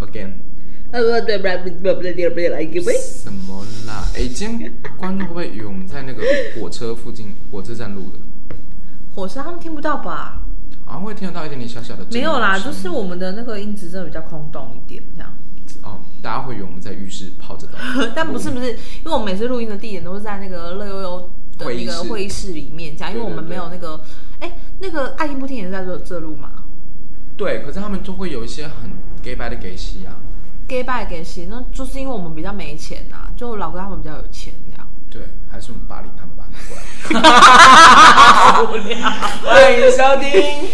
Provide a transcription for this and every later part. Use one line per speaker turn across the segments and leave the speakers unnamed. again
呃不对不对不对不对不对，
什么啦？哎，今天观众会不会以为我们在那个火车附近、 火车站录的？
火车他们听不到吧？
好像会听得到一点点小小的震动
没有啦，就
声音
是我们的那个音质真的比较空洞一点，这样。
哦，大家会以为我们在浴室泡着的，
但不是不是，因为我们每次录音的地点都是在那个乐悠悠的一个
会
会议室里面，这样，因为我们没有那个，哎、那个爱听不听也是在这这录嘛。
对，可是他们就会有一些很 gay 白的 gay 戏啊，
gay by gay 系，那就是因为我们比较没钱呐、就老哥他们比较有钱这样。
对，还是我们霸凌他们把他们过来。欢迎收听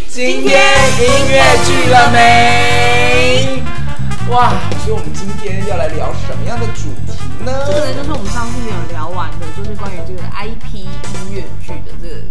今天音乐剧了没？哇，所以我们今天要来聊什么样的主题呢？
这个呢，就是我们上次没有聊完的，就是关于这个 IP 音乐剧的这个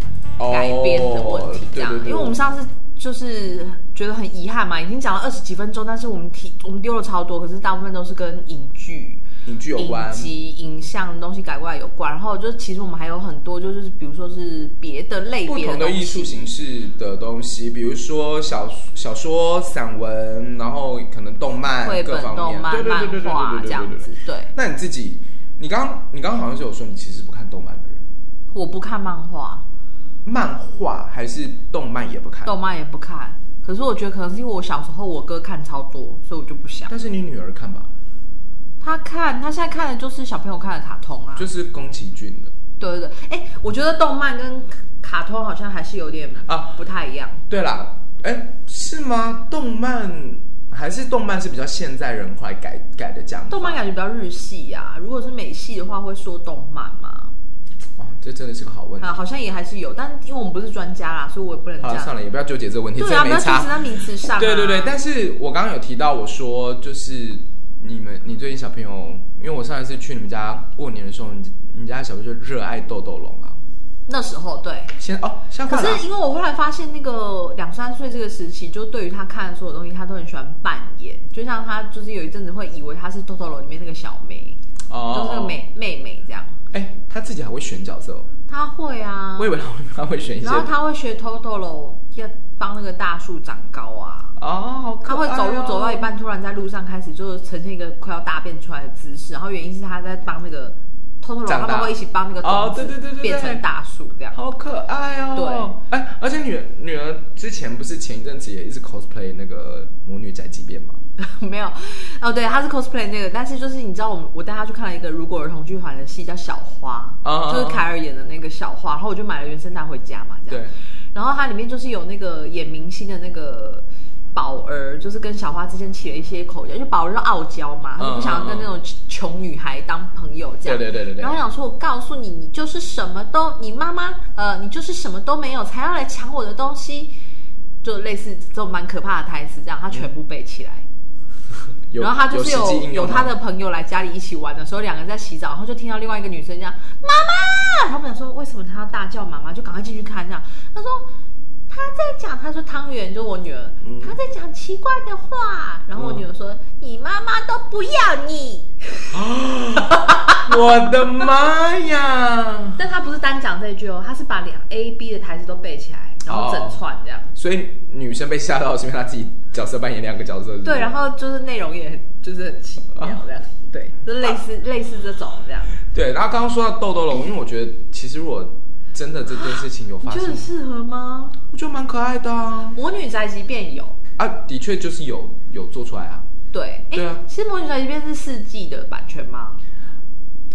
改编的问题，这样。
哦对对对
因为我们上次就是觉得很遗憾嘛，已经讲了二十几分钟，但是我们提我们丢了超多，可是大部分都是跟影剧。
影剧有关
影，集、影像的东西改过来有关，然后就是其实我们还有很多，就是比如说是别的类
不
别
同
东
的
西
艺术形式的东西，比如说小小说、散文，然后可能动漫
绘
各
本、
方
动
面，
漫
对、对对对
漫
对对
画
对对
这样
对对
子。对，
那你自己，你刚你刚刚好像是有说你其实不看动漫的人，
我不看漫画，
漫画还是动漫也不看，
动漫也不看。可是我觉得可能是因为我小时候我哥看超多，所以我就不想。
但是你女儿看吧，
他看，他现在看的就是小朋友看的卡通啊。
就是宫崎骏的。
对对对，哎，我觉得动漫跟卡通好像还是有点
啊
不太一样。
对啦，哎，是吗？动漫还是动漫是比较现在人怀改改的讲法，
动漫感觉比较日系呀、如果是美系的话，会说动漫吗？
哦，这真的是个好问题。
啊，好像也还是有，但因为我们不是专家啦，所以我也不能这
好，
样。
算了，也不要纠结这个问题，
对啊，
这
不要
没
停止
差。
在名词上、啊。
对对对，但是我刚刚有提到，我说就是你们，你最近小朋友，因为我上一次去你们家过年的时候，你你家小朋友就热爱豆豆龙啊。
那时候对。
现在哦，现在
可
换了啊
是因为我后来发现，那个两三岁这个时期，就对于他看的所有东西，他都很喜欢扮演。就像他就是有一阵子会以为他是《豆豆楼》里面那个小梅，
哦，
就是那个妹妹妹这样。
哎、他自己还会选角色哦，
他会啊
我，以为他会他会选一些
然后他会学《豆豆楼》，要帮那个大树长高啊。
哦，好可
他
爱
会
哦
走路走到一，半，突然在路上开始就是呈现一个快要大便出来的姿势，然后原因是他在帮那个偷偷龙，
长
他
大
们会一起帮那个
哦
种子
对对对对对
变成大树这样。
好可爱哦。对，哎、而且女女儿之前不是前一阵子也一直 cosplay 那个母女宅急便吗？
没有，哦，对，他是 cosplay 那个，但是就是你知道我，我带他去看了一个如果儿童剧团的戏，叫《小花》
啊
就是凯尔演的那个小花，然后我就买了原声带回家嘛，这样。
对，
然后它里面就是有那个演明星的那个宝儿，就是跟小花之间起了一些口角，因为宝儿就傲娇嘛，她就不想要跟那种穷女孩当朋友这
对
样。
嗯对对对对
然后。想说，我告诉你，你就是什么都，你妈妈，呃，你就是什么都没有，才要来抢我的东西，就类似这种蛮可怕的台词，这样他全部背起来。
有
然后他就是
实际
有
应用吗
他的朋友来家里一起玩的时候，两个人在洗澡，然后就听到另外一个女生这样“妈妈”，他们想说为什么他要大叫妈妈，就赶快进去看这样。他说他在讲，他说汤圆就我女儿，他在讲奇怪的话，然后我女儿说、你妈妈都不要你，
我的妈呀！
但他不是单讲这句哦，他是把两 A B 的台词都背起来，然后整串这样。
所以女生被吓到是因为她自己角色扮演两个角色，是不是
对，然后就是内容也很就是很奇妙这样，对，就类似、类似这种这样。
对，然后刚刚说到豆豆龙，因为我觉得其实如果真的这件事情有
你
发
觉得
生
很，适合吗？
我觉得蛮可爱的啊，
魔女宅急便有，
啊，的确就是有有做出来啊，
对，哎、
对啊
其实魔女宅急便是四季的版权吗？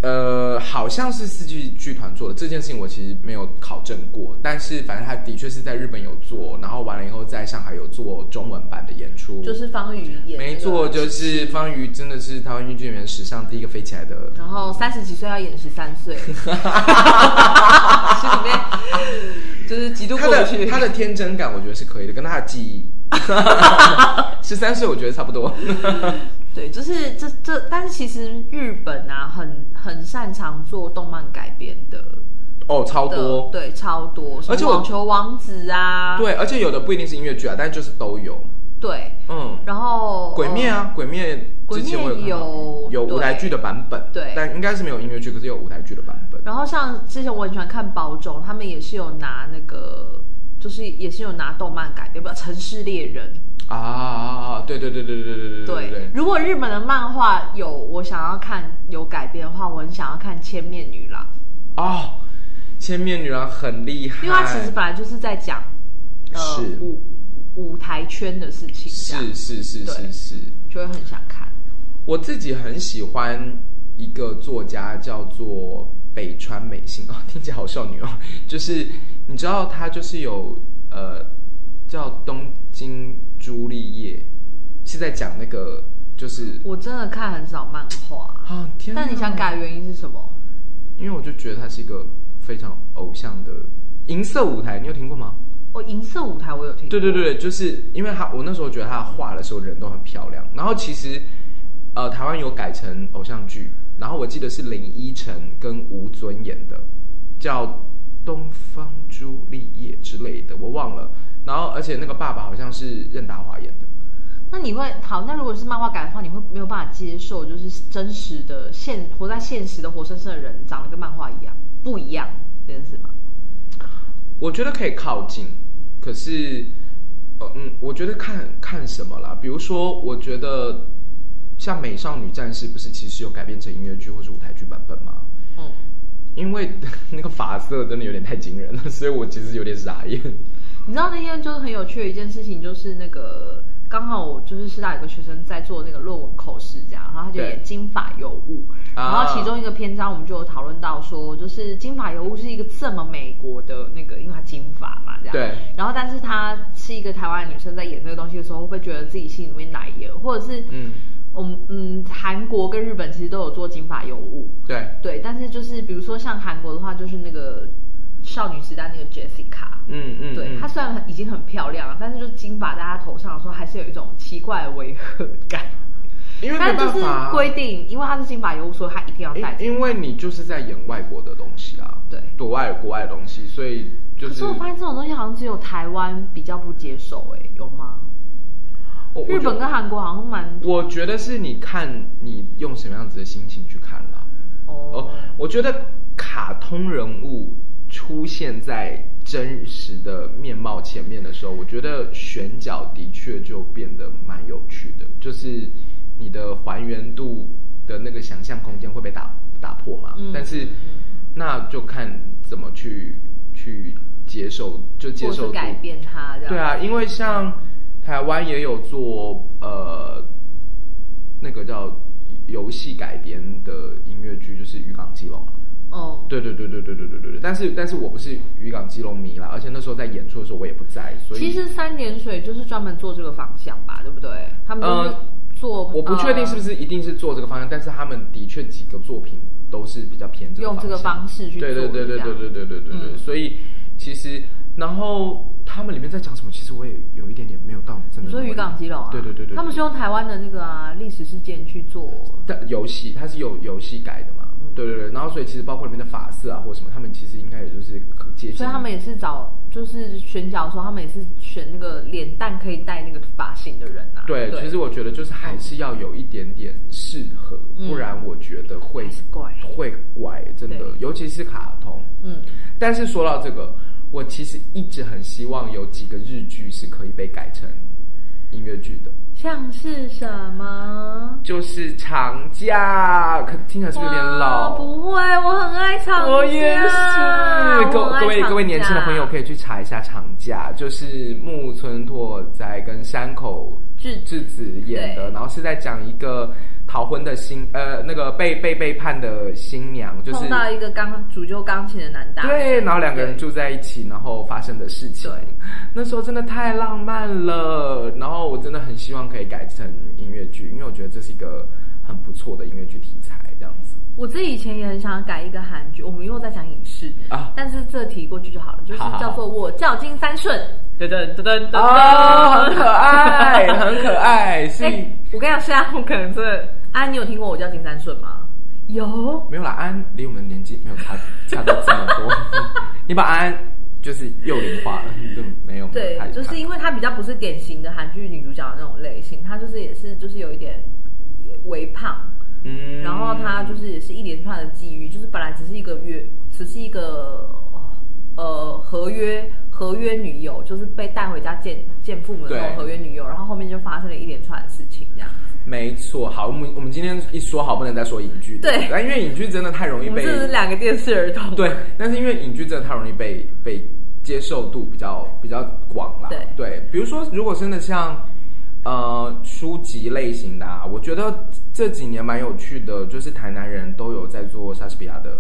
呃，好像是四季剧团做的这件事情，我其实没有考证过，但是反正他的确是在日本有做，然后完了以后在上海有做中文版的演出，
就是方宇演、
没错，，就是方瑜真的是台湾音剧演员史上第一个飞起来的
然后三十几岁要演十三岁，心里面就是极度
他
过不去。
的他的天真感，我觉得是可以的，跟他的记 忆，十三岁我觉得差不多。
对，就是这这，但是其实日本啊，很很擅长做动漫改编的，
哦，超
的
多，
对，超多，什么
而且我
网球王子啊，
对，而且有的不一定是音乐剧啊，但就是都有。
对，
嗯，
然后
鬼灭啊，鬼灭之前我有看到
哦鬼灭有
有舞台剧的版本，
对
但应该是没有音乐剧，可是有舞台剧的版本。
然后像之前我很喜欢看宝冢，他们也是有拿那个，就是也是有拿动漫改编，不《城市猎人
啊，》对对对对对对对
对
对，
如果日本的漫画有我想要看有改编的话，我很想要看《千面女郎
哦，千面女郎很厉害，》，
因为它其实本来就是在讲呃
是
舞舞台圈的事情，这样
是是是
对
是是，
就会很想看。
我自己很喜欢一个作家叫做北川美幸 哦，听起来好少女哦，就是你知道她就是有呃叫东京朱丽叶，是在讲那个就是
我真的看很少漫画，
啊天，
但你想改的，原因是什么？
因为我就觉得她是一个非常偶像的银色舞台，你有听过吗？
哦，银色舞台我有听，
对对，对，就是因为他，我那时候觉得他画的时候人都很漂亮。然后其实，呃，台湾有改成偶像剧，然后我记得是林依晨跟吴尊演的，叫《东方朱丽叶》之类的，我忘了。然后而且那个爸爸好像是任达华演的，
那你会好？那如果是漫画改的话，你会没有办法接受，就是真实的现活在现实的活生生的人长得跟漫画一样，不一样这件事吗？
我觉得可以靠近，可是，呃嗯，我觉得看看什么啦。比如说，我觉得像《美少女战士》不是其实有改编成音乐剧或是舞台剧版本吗？
嗯，
因为 那个发色真的有点太惊人了，所以我其实有点傻眼。
你知道那天就是很有趣的一件事情，就是那个刚好我就是师大有个学生在做那个论文口试这样，然后他就
对
演金发尤物，然
啊
后其中一个篇章我们就有讨论到说，就是金发尤物是一个这么美国的那个，因为他金发嘛这样，
对
然后但是她是一个台湾的女生在演这个东西的时候，会不会觉得自己心里面奶油，或者是
嗯，
我们嗯韩国跟日本其实都有做金发尤物，
对，
对，但是就是比如说像韩国的话，就是那个少女时代那个 Jessica，
嗯嗯，
对，
嗯
她虽然很已经很漂亮了，但是就是金发在她头上的时候，还是有一种奇怪的违和感。
因为没
但
办
就是
法啊
规定，因为她是金发尤物，所以她一定要戴着。
因因为你就是在演外国的东西啊，
对
国外国外的东西，所以就
可
是
是我发现这种东西好像只有台湾比较不接受、哎，有吗？
我我
日
觉
本
得
跟韩国好像蛮
我觉得是你看你用什么样子的心情去看啦。
哦
哦，我觉得卡通人物出现在真实的面貌前面的时候，我觉得选角的确就变得蛮有趣的，就是你的还原度的那个想象空间会被打打破嘛。
嗯
但是
嗯嗯
那就看怎么去去接受，就接
或
受
是
度
改变它这样。
对啊，因为像台湾也有做呃那个叫游戏改编的音乐剧，就是《渔港基隆》啊。
哦，
对对对对对对对对对。但是但是我不是渔港基隆迷啦，而且那时候在演出的时候我也不在，所以
其实三点水就是专门做这个方向吧，对不对？他们就是
呃
做，呃
我不确定是不是一定是做这个方向，但是他们的确几个作品都是比较偏这个
用这个
向
方式去
对对
做
对对
这
对
样
对对对对对。
嗯
所以其实然后他们里面在讲什么，其实我也有一点点没有到真的那么。
你说渔港基隆啊？
对对对对对，
他们是用台湾的那个啊历史事件去做，
的游戏，它是有游戏改的嘛？
嗯
对对对，然后所以其实包括里面的发色啊或者什么，他们其实应该也就是可接近，
所以他们也是找就是选角的时候，他们也是选那个脸蛋可以戴那个发型的人啊。
对，其实我觉得就是还是要有一点点适合，
嗯
不然我觉得会
还是怪
会怪，真的
对，
尤其是卡通。
嗯，
但是说到这个，我其实一直很希望有几个日剧是可以被改成音乐剧的，
像是什么？
就是长假，可听起来是不是有点老？
哇不会，我很爱长假，
我也是，各
我啊很爱
各位
长
各位年轻的
假
朋友可以去查一下长假，就是木村拓哉跟山口
制
智子演的，
对
然后是在讲一个逃婚的新呃那个被被背叛的新娘，就是
碰到一个钢主修钢琴的男大生
对，然后两个人
对
住在一起，然后发生的事情
对，
那时候真的太浪漫了，然后我真的很希望可以改成音乐剧，因为我觉得这是一个很不错的音乐剧题材，这样子
我自己以前也很想改一个韩剧，我们又在讲影视
啊
但是这提过去就好了，就是
好好好
叫做我叫金三顺，噔噔噔噔噔
啊， 很可爱，很可 爱，是。
哎、我跟你讲，现在我可能真的，啊，你有听过我叫金三顺吗？有，
没有啦，安离我们年纪没有差差到这么多。 你把安就是幼龄化了，就没有没
对
有太，
就是因为她比较不是典型的韩剧女主角的那种类型，她就是也是就是有一点呃微胖，
嗯
然后她就是也是一连串的际遇，就是本来只是一个约，只是一个呃合约合约女友，就是被带回家见见父母的那
对
种合约女友，然后后面就发生了一连串的事情，这样子。
没错，好，我们我们今天一说好，不能再说影剧，
对
但因为影剧真的太容易
我们
被
是不是两个电视儿童？
对，但是因为影剧真的太容易被被接受度比较比较广啦。
对
比如说如果真的像呃书籍类型的、啊，我觉得这几年蛮有趣的，就是台南人都有在做莎士比亚的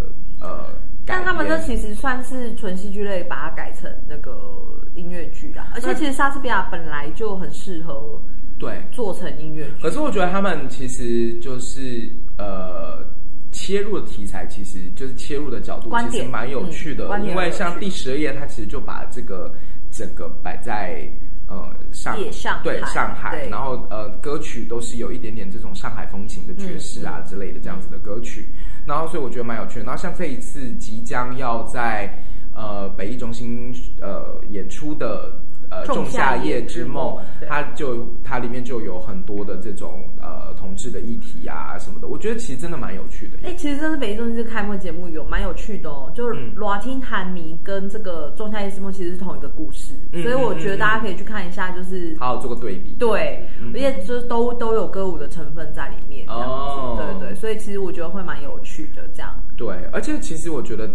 呃改
但
编，
他们这其实算是纯戏剧类，把它改成那个音乐剧啦。而且
嗯
其实莎士比亚本来就很适合
对，
做成音乐剧
可，是我觉得他们其实就是呃切入的题材，其实就是切入的角度
观
其
点
实蛮有趣
嗯
的，
观点
因为像第十二页，它其实就把这个整个摆在。呃，上
夜上海
对上海，
对
然后呃，歌曲都是有一点点这种上海风情的爵
嗯
士啊之类的这样子的歌曲，然后所以我觉得蛮有趣的。然后像这一次即将要在呃北艺中心呃演出的呃《
仲
仲
夏
夏
夜
夜
之
之
梦
梦》，
对
它就它里面就有很多的这种呃同志的议题啊什么的，我觉得其实真的蛮有趣的。
哎、其实这是北京中心这个开幕节目有蛮有趣的哦，就是《
嗯
罗汀韩迷》跟这个《仲夏夜之梦》其实是同一个故事，
嗯
所以我觉得大家可以去看一下，就是
好嗯好做个对比。
对，而且就是都都有歌舞的成分在里面，这样子，
哦
对对，所以其实我觉得会蛮有趣的这样。
对，而且其实我觉得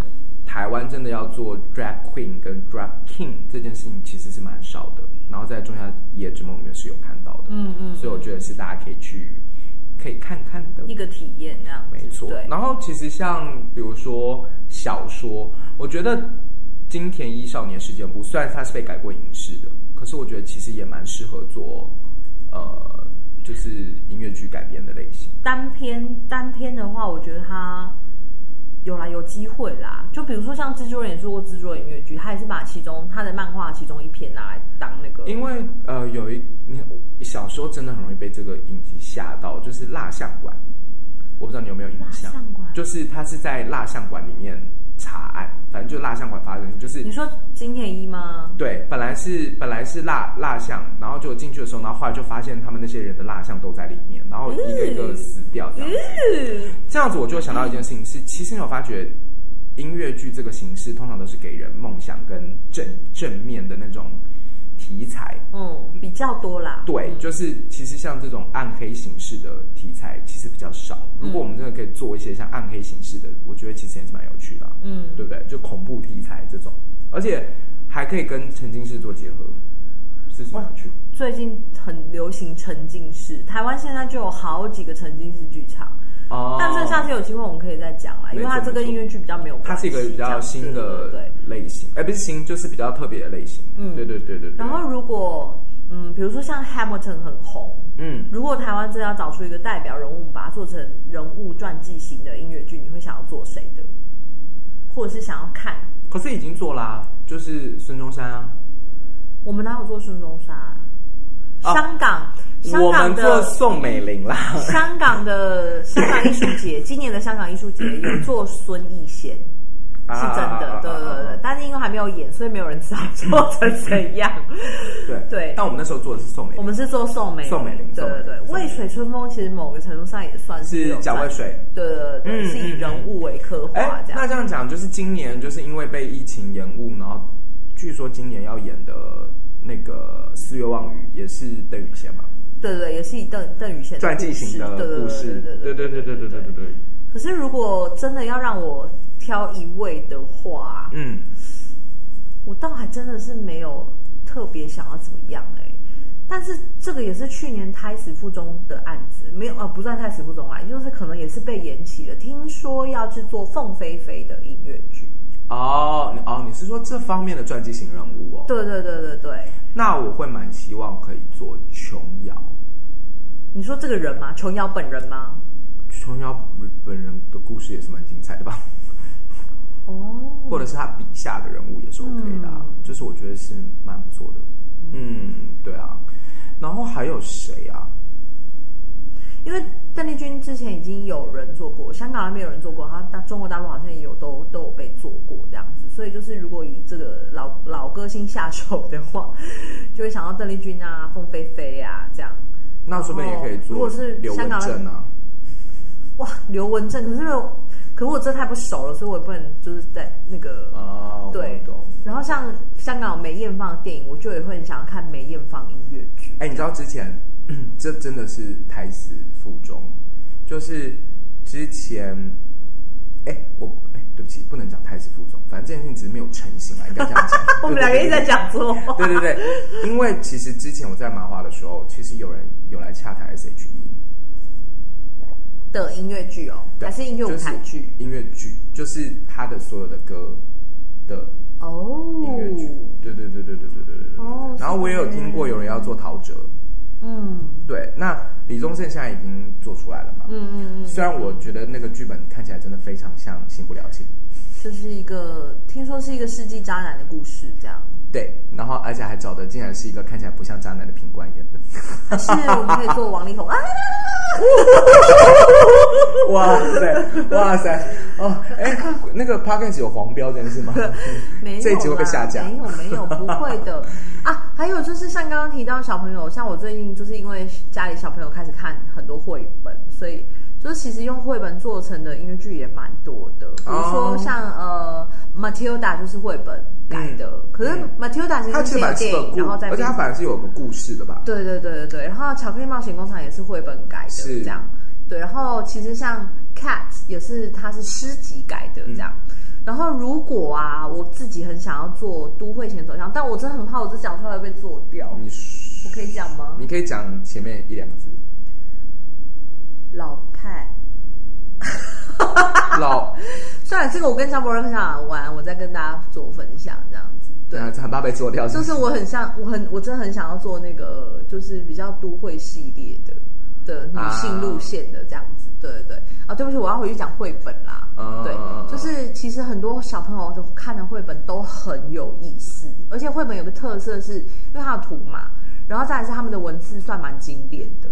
台湾真的要做 drag queen 跟 drag king 这件事情其实是蛮少的，然后在《仲夏夜之梦》里面是有看到的。
嗯嗯，
所以我觉得是大家可以去可以看看的。
一个体验这样子，
没错
对。，
然后其实像比如说小说，我觉得金田一少年事件簿虽然它是被改过影视的，可是我觉得其实也蛮适合做呃，就是音乐剧改编的类型。
单篇单篇的话，我觉得它有啦，有机会啦。就比如说像制作人也做过制作人音乐剧，他也是把其中他的漫画其中一篇拿来当那个，
因为呃，有一你小时候真的很容易被这个影集吓到，就是蜡像馆，我不知道你有没有印象？
蜡像馆
就是它是在蜡像馆里面查案，反正就蜡像馆发生，就是
你说金田一吗？
对，本来是本来是蜡蜡像，然后就进去的时候，然后后来就发现他们那些人的蜡像都在里面，然后一个一个死掉这样。
嗯，
这样子我就想到一件事情是，其实你有发觉，音乐剧这个形式通常都是给人梦想跟正正面的那种题材。
嗯，比较多啦。
对，就是其实像这种暗黑形式的题材其实比较少。如果我们真的可以做一些像暗黑形式的，我觉得其实也是蛮有趣的啊、
嗯，
对不对？就恐怖题材这种，而且还可以跟沉浸式做结合，是蛮有趣的。
最近很流行沉浸式，台湾现在就有好几个沉浸式剧场。
哦
但是下次有机会我们可以再讲啦，因为它
没错
这跟
没错
音乐剧比较没有
哦
关
它哎是
系。
一个比
这
较
样子
新
对对对
的类型，哎，不是新，就是比较特别的类型。
嗯
对对对对对。
然后，如果嗯，比如说像 Hamilton 很红，
嗯，
如果台湾真的要找出一个代表人物，我们把它做成人物传记型的音乐剧，你会想要做谁的？或者是想要看？
可是已经做啦、就是孙中山啊。
我们哪有做孙中山啊、
哦
香港，香
我
港
们做
的
宋美龄啦，
香港的香港艺术节，今年的香港艺术节有做孙艺贤，是真的，对对对对。但是因为还没有演，所以没有人知道做成怎样。
对 对
对
但我们那时候做的是宋美龄，
我们是做宋美龄，
宋美龄
对
宋
对
美龄
对，
宋美
渭
龄
水春风其实某个程度上也算
是
有
蒋
算
渭水
对对对对，
嗯
是以
嗯
人物为刻画
哎，
这样。
那这样讲，就是今年就是因为被疫情延误，然后据说今年要演的那个《四月望雨》也是邓宇贤嘛，
对对对，也是以邓邓宇贤的
传记型的
故
故
事，
事，
对
对对对对对对对对，
可是如果真的要让我挑一位的话，
嗯，
我倒还真的是没有特别想要怎么样哎、但是这个也是去年胎死腹中的案子，没有呃，不算胎死腹中啦，就是可能也是被延期了。听说要制作凤飞飞的音乐剧，
哦你哦，你是说这方面的传记型人物哦？
对对对对对。
那我会蛮希望可以做琼瑶，
你说这个人吗？琼瑶本人吗？
琼瑶本人的故事也是蛮精彩的吧？
哦，
或者是他笔下的人物也是 OK 的、啊，
嗯
就是我觉得是蛮不错的。嗯，对啊。然后还有谁啊？
因为邓丽君之前已经有人做过，香港那边有人做过，然后大中国大陆好像也有都都有被做过这样子，所以就是如果以这个老老歌星下手的话， 就会想到邓丽君啊、凤飞飞啊这样。
那说不定也可以
哦如
做
果是
刘
香
文
港的
正啊。
哇，刘文正，可是刘可我真的太不熟了，所以我也不能就是在那个、
啊，我
对
懂。
然后像香港有梅艳芳的电影，我就也会很想要看梅艳芳音乐剧。
哎、你知道之前这真的是胎死腹中，就是之前，哎、我哎、对不起，不能讲胎死腹中，反正这件事情只是没有成型啊，应该这样讲
。我们两个一直在讲错话。
对对对，因为其实之前我在麻花的时候，其实有人有来洽谈 SHE
的音乐剧哦，
对
还是音乐舞台剧
就？是音乐剧就是他的所有的歌的
哦，
音乐剧，对对对对对对对对对对。
哦
然后我也有听过有人要做陶喆，
嗯
对，那李宗盛现在已经做出来了嘛，
嗯嗯嗯，
虽然我觉得那个剧本看起来真的非常像《新不了情》，
就是一个听说是一个世纪渣男的故事，这 样
对，然后而且还找的竟然是一个看起来不像渣男的品 冠演的，
还是我们可以做王力宏 啊？
哇 塞，哇塞，哦，哎，那个 Parkins 有黄标这件 事吗？
没有啦，
这一集会被下架
没有没有，不会 的啊。还有就是像刚刚提到小朋友，像我最近就是因为家里小朋友开始看很多绘本，所以就是其实用绘本做成的音乐剧也蛮多的，比如说
哦
像、呃 Matilda 就是绘本改的，可是 Matilda 其
嗯他
实
其
是
实
先
反
有
而
电
是有
影，
故
然后，再
而且他
变
反而是有个故事的吧？
对对对对对，然后《巧克力冒险工厂》也是绘本改的，
是
这样。对，然后其实像《Cat》也是它是诗集改的这样。
嗯
然后如果啊，我自己很想要做都会前走向，但我真的很怕我这讲出来会被做掉。
你
嗯我可以讲吗？
嗯你可以讲前面一两个字，
老派。
老，
算了，这个我跟张博仁分享完，我再跟大家做分享这样子。
对啊，很怕被做掉，
就是我很像，我很我真的很想要做那个，就是比较都会系列的的女性路线的这样子，对对对。啊，对不起，我要回去讲绘本啦。
嗯
对
嗯嗯，
就是其实很多小朋友都看的绘本都很有意思，而且绘本有个特色是因为它的图嘛，然后再来是他们的文字算蛮经典的，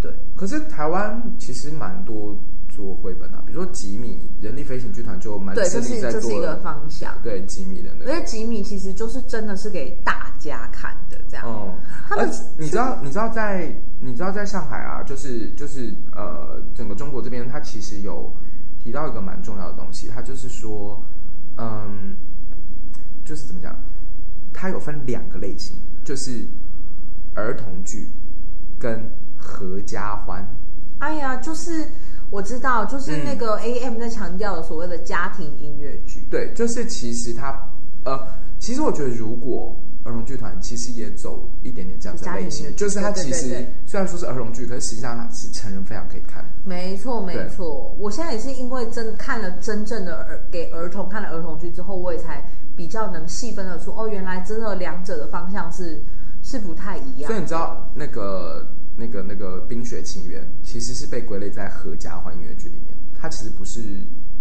对。
可是台湾其实蛮多做绘本啊，比如说吉米人力飞行剧团就蛮
对，这
致力
是
在
这是一
做
个方向，
对吉米的那
而且。
个
吉米其实就是真的是给大家看的这样，
哦，
他
而
们
你知道，你知道在你知道在上海啊，就是就是呃，整个中国这边，它其实有提到一个蛮重要的东西，它就是说，嗯，就是怎么讲，它有分两个类型，就是儿童剧跟合家欢。
哎呀，就是我知道，就是
嗯
那个 AM 在强调的所谓的家庭音乐剧，
对，就是其实它呃，其实我觉得如果儿童剧团其实也走一点点这样子的
家庭
类
的
型，就是它
对对
其
对
实
对
虽然说是儿童剧，可是实际上它是成人非常可以看。
没错没
对
错。我现在也是因为真看了真正的儿给儿童看了儿童剧之后，我也才比较能细分得出，哦，原来真的两者的方向是是不太一样
所以。你知道那个那个那个《冰雪情缘》其实是被归类在合家欢音乐剧里面，它其实不是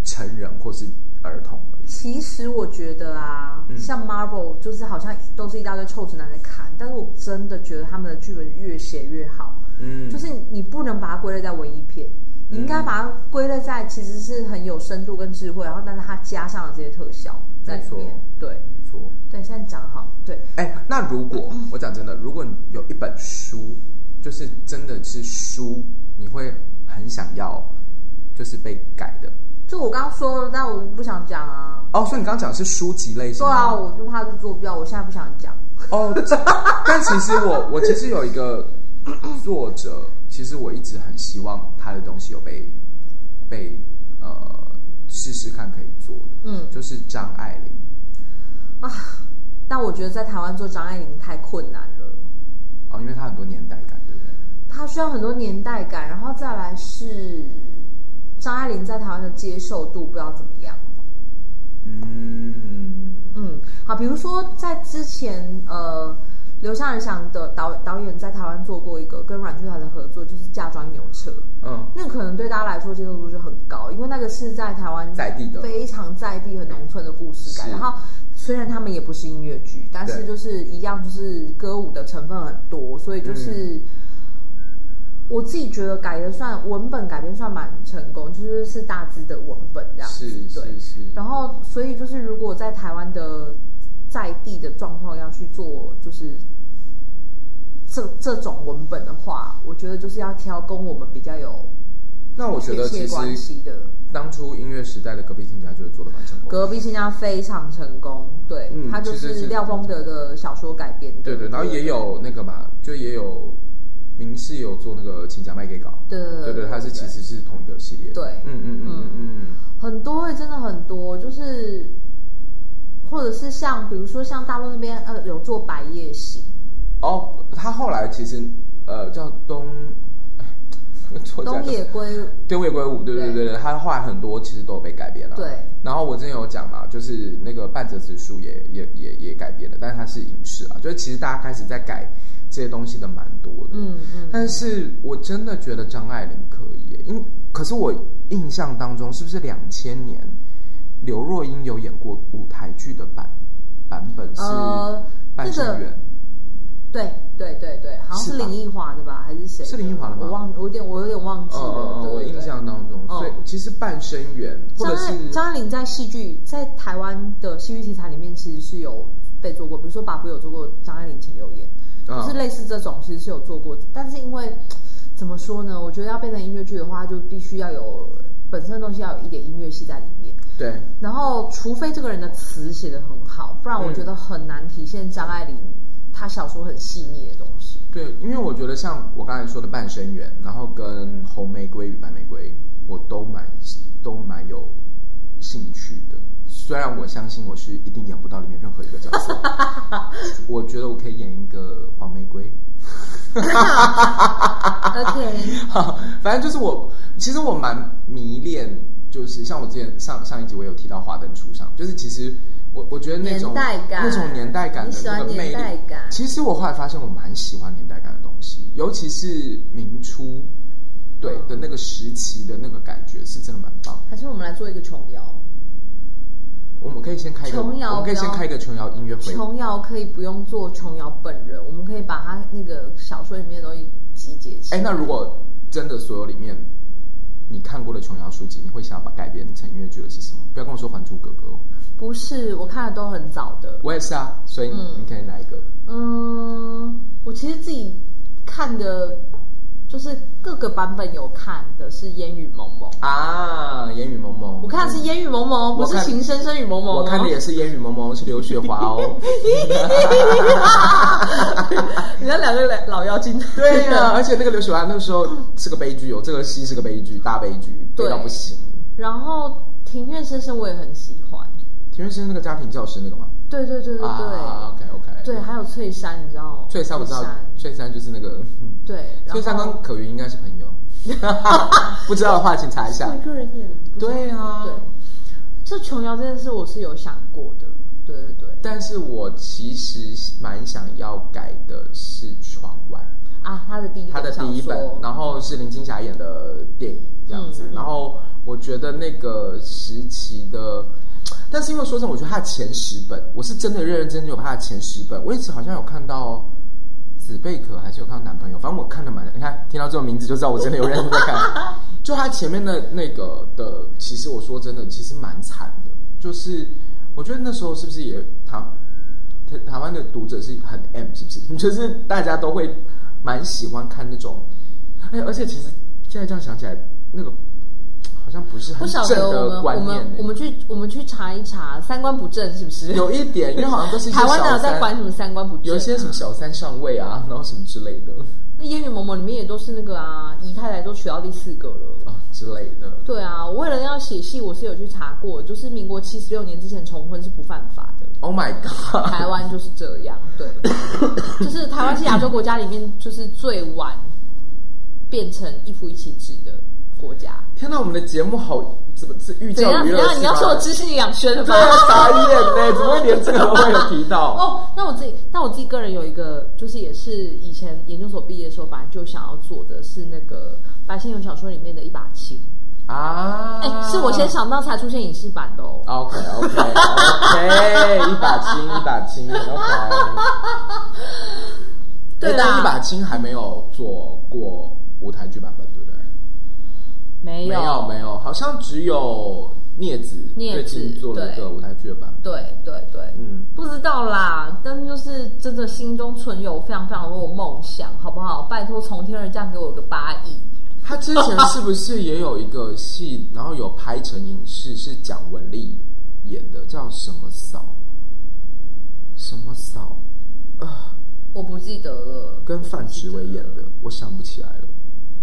成人或是儿童而已。
其实我觉得啊，
嗯
像 Marvel 就是好像都是一大堆臭直男在看，但是我真的觉得他们的剧本越写越好，
嗯，
就是你不能把它归类在文艺片，你应该把它归类在其实是很有深度跟智慧，然后但是它加上了这些特效在里面
没错。
对
没错。
对，现在讲好，对
哎，那如果我讲真的，如果你有一本书，就是真的是书，你会很想要，就是被改的。
就我刚刚说了，但我不想讲啊。
哦，所以你刚刚讲的是书籍类型
对
吗？
啊，我就怕是做不掉，我现在不想讲。
哦， 这但其实我我其实有一个作者，其实我一直很希望他的东西有被被呃试试看可以做的，
嗯
就是张爱玲。
啊，但我觉得在台湾做张爱玲太困难了，
哦，因为她很多年代感，对不对？
她需要很多年代感，然后再来是张爱玲在台湾的接受度不知道怎么样。
嗯，
嗯，好，比如说在之前，呃，刘向仁祥的导导演在台湾做过一个跟阮剧团的合作，就是《嫁妆牛车》，
嗯，
那可能对大家来说接受度就很高，因为那个是在台湾
在地的
非常在地很农村的故事感。
是
然后虽然他们也不是音乐剧，但是
对
就是一样，就是歌舞的成分很多，所以就是。
嗯
我自己觉得改的算文本改编算蛮成功，就是是大致的文本这样子，
是
对。
是是，
然后，所以就是如果在台湾的在地的状况要去做，就是这这种文本的话，我觉得就是要挑跟我们比较有
那我觉
学
得
习
其
关
实
系的。
当初音乐时代的隔壁亲家就是做的蛮成功的。
隔壁新疆非常成功，对，
嗯
它就
其实是
是廖峰德的小说改编的，
对对，然后也有那个嘛，就也有明世有做那个请假卖给稿，
对
对对，它是其实是同一个系列。
嗯对
嗯嗯嗯嗯
很多欸，真的很多，就是或者是像比如说像大陆那边呃有做白夜行，
嗯。哦，他后来其实呃叫东，哎 错
东野圭吾，
东野圭吾，对对对对，他后来很多其实都有被改编了。
对。
然后我之前有讲嘛，就是那个半泽直树也也也也改编了，但是它是影视啊，就是其实大家开始在改这些东西的蛮多的。
嗯嗯，
但是我真的觉得张爱玲可以耶，因可是我印象当中是不是两千年刘若英有演过舞台剧的版版本是
呃
半生缘、
对对对对，好像
是
是
吧
林奕华的吧，还是谁的？
是林奕华的吗
我忘，我有点我有点忘记了，
哦哦哦，我
对对
印
对。
象当中，
哦
所以其实半生缘或
张
者
爱
是
张爱玲在戏剧在台湾的戏剧题材里面其实是有被做过，比如说《把布》有做过张爱玲请留言，
嗯
就是类似这种，其实是有做过，但是因为怎么说呢？我觉得要变成音乐剧的话，就必须要有本身的东西要有一点音乐系在里面。
对
然后，除非这个人的词写得很好，不然我觉得很难体现张爱玲她小说很细腻的东 西。
对，因为我觉得像我刚才说的半生缘，然后跟红玫瑰与白玫瑰，我都蛮都蛮有兴趣的。虽然我相信我是一定演不到里面任何一个角色，我觉得我可以演一个黄玫瑰。
OK，
反正就是我，其实我蛮迷恋，就是像我之前上上一集我有提到《华灯初上》，就是其实我我觉得那
年
种
代感
那种年代感的
你喜
那
欢
个魅
年代
力
感，
其实我后来发现我蛮喜欢年代感的东西，尤其是明初对
嗯
的那个时期的那个感觉是真的蛮棒的。
还是我们来做一个琼瑶。
我们可以先开一个，我
琼瑶
们可以先开一个琼瑶音乐会，
琼瑶可以不用做琼瑶本人，我们可以把她那个小说里面的东西集结起
哎、
来。
那如果真的所有里面你看过的琼瑶书籍，你会想要把改编成音乐剧的是什么？不要跟我说《还珠格格》哦。
不是，我看的都很早的。
我也是啊，所以你
嗯
你可以哪一个？
嗯，我其实自己看的，就是各个版本有看的是《烟雨蒙蒙》，
啊，烟雨蒙蒙，
我看的是《烟雨蒙蒙》，不
我
是
看
《情深深雨蒙蒙》哦。
我看的也是烟雨蒙蒙，是刘雪华 哦。
你那两个老老妖精。
对呀、而且那个刘雪华那个时候是个悲剧哦，这个戏是个悲剧，大悲剧，
对
悲到不行。
然后《庭院深深》我也很喜欢。
田园生那个家庭教师那个吗？
对对对对对。
啊，OK OK。
对，还有翠山，你知道吗？
翠山我知道
山，
翠山就是那 个，嗯
对，然后
翠山跟可云应该是朋 友，不知道的话请查一下
我。一个人演不是
对啊
对，这琼瑶这件事我是有想过的，对对对，
但是我其实蛮想要改的是窗外。
啊，他的第一
他的第一本
小说，
然后是林青霞演的电影这样子。
嗯嗯
然后我觉得那个时期的，但是因为说真的，我觉得他的前十本，我是真的认认真真有他的前十本。我一直好像有看到紫贝壳，还是有看到男朋友，反正我看的蛮……你看听到这种名字就知道我真的有认真在 看。就他前面的那个的，其实我说真的，其实蛮惨的。就是我觉得那时候是不是也他台台湾的读者是很 M，是 不是？就是大家都会蛮喜欢看那种，哎，而且其实现在这样想起来，那个好像不是
不
很
晓
正
得
的
我们
观
我
念、欸
们我们去我们去查一查，三观不正是不是？
有一点，因为好像都是一些
台湾哪
小
有在
三
管什么三观不正？啊
有一些什么小三上位啊，然后什么之类的
那《烟雨蒙蒙》里面也都是那个啊，姨太太都娶到第四个了。
啊之类的。
对啊，我为了要写戏，我是有去查过，就是民国七十六年之前重婚是不犯法的。
Oh my god！
台湾就是这样，对， 就是台湾是亚洲国家里面就是最晚变成一夫一妻制的国家。
天哪，我们的节目好怎么是寓
怎
教
样？
于
怎
乐
样？
是
你要
吗
说我知识营养学的
对
吗？
啊，傻眼呢、怎么会连这个都会有提到？
哦，那我自己，那我自己个人有一个，就是也是以前研究所毕业的时候，本来就想要做的是那个白先勇小说里面的一把琴。
啊，
哎、是我先想到才出现影视版的哦。
OK OK OK，一把青一把青 OK。
对啊
哎
啦
但一把青还没有做过舞台剧版本，对不对？
没
没有没有，好像只有镊子
镊
最
子
近做了一
对
个舞台剧的版本。
对对对，
嗯，
不知道啦，但是就是真的心中存有非常非常多的梦想，好不好？拜托从天而降给我个八亿，
他之前是不是也有一个戏，然后有拍成影视，是蒋雯丽演的，叫什么嫂？什么嫂？啊、
我不记得了。
跟范植伟演的，我想不起来了。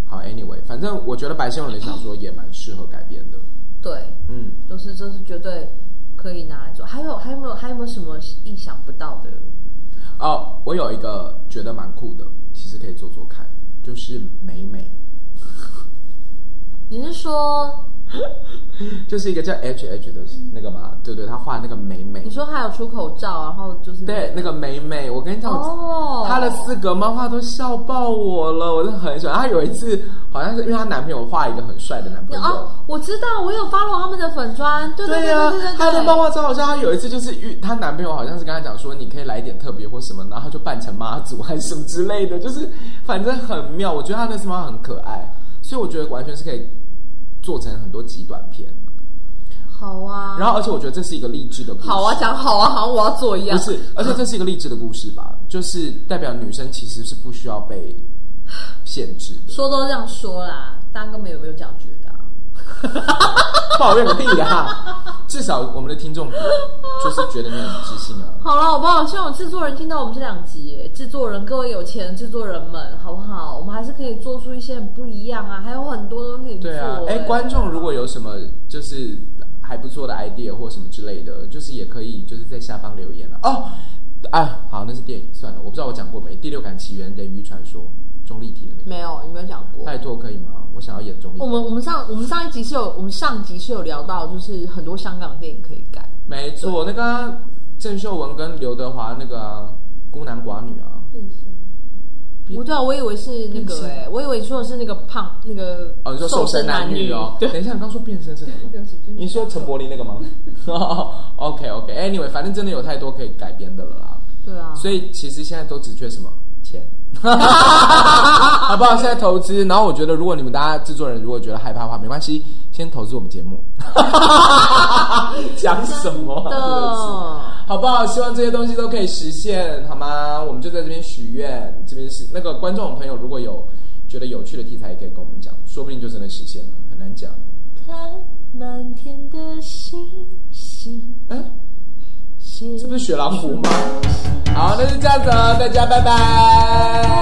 好，anyway，反正我觉得白先勇的小说也蛮适合改编的。
对，
嗯，
就是这是绝对可以拿来做。还有还有没有还有没有什么意想不到的？
哦，我有一个觉得蛮酷的，其实可以做做看，就是美美，
你是说
就是一个叫 H H 的那个嘛，对对，他画那个美美
你，说还有出口罩，然后就是
对，那个美美，我跟你讲，
哦，
她的四格漫画都笑爆我了，我真的很喜欢。她有一次好像是因为她男朋友画一个很帅的男朋友，
哦，我知道，我有 follow 他们的粉砖，对对
呀、
对对对，
她啊的漫画超好笑。她有一次就是遇她男朋友，好像是跟她讲说你可以来一点特别或什么，然后她就扮成妈祖还是什么之类的，就是反正很妙。我觉得她那次漫画很可爱，所以我觉得完全是可以做成很多集短片。
好啊，
然后而且我觉得这是一个励志的故事。
好啊，讲好啊，好，我要做一样，
不是，而且这是一个励志的故事吧？就是代表女生其实是不需要被限制 的。
说都这样说啦，大家根本有没有这样觉得、啊？
抱怨个屁啊！至少我们的听众就是觉得你很自信啊。
好了，好不好？希望有制作人听到我们这两集耶，制作人，各位有钱的制作人们，好不好？我们还是可以做出一些很不一样啊，还有很多都可以做。
对啊，哎，观众如果有什么就是还不错的 idea 或什么之类的，就是也可以就是在下方留言了、哦。啊，好，那是电影算了，我不知道我讲过没，《第六感奇缘：人鱼传说》钟丽缇的那个，
没有，有没有讲过？
拜托可以吗？我想要演钟丽缇。
我们我们上我们上一集是有我们上集是有聊到，就是很多香港电影可以改。
没错，那个啊郑秀文跟刘德华那个啊孤男寡女啊，
变身。
变
不对啊，我以为是那个
变
哎、我以为你说的是那个胖那个
哦，你说瘦身男女哦？
对，
等一下，你刚说变身是哪个
对？不起就是
你说陈柏霖那个 吗？OK OK，Anyway，反正真的有太多可以改编的了啦。
对啊，
所以其实现在都只缺什么 钱，好不好？现在投资，然后我觉得，如果你们大家制作人如果觉得害怕的话，没关系，先投资我们节目。讲什么啊、真的是
的。
好不好？希望这些东西都可以实现，好吗？我们就在这边许愿，这边是那个观众朋友，如果有觉得有趣的题材，也可以跟我们讲，说不定就真的实现了，很难讲。
看满天的星星，
嗯，
是
嗯这不是雪狼湖吗？好，那就这样子了，大家拜拜。
哎
啊
哦
哦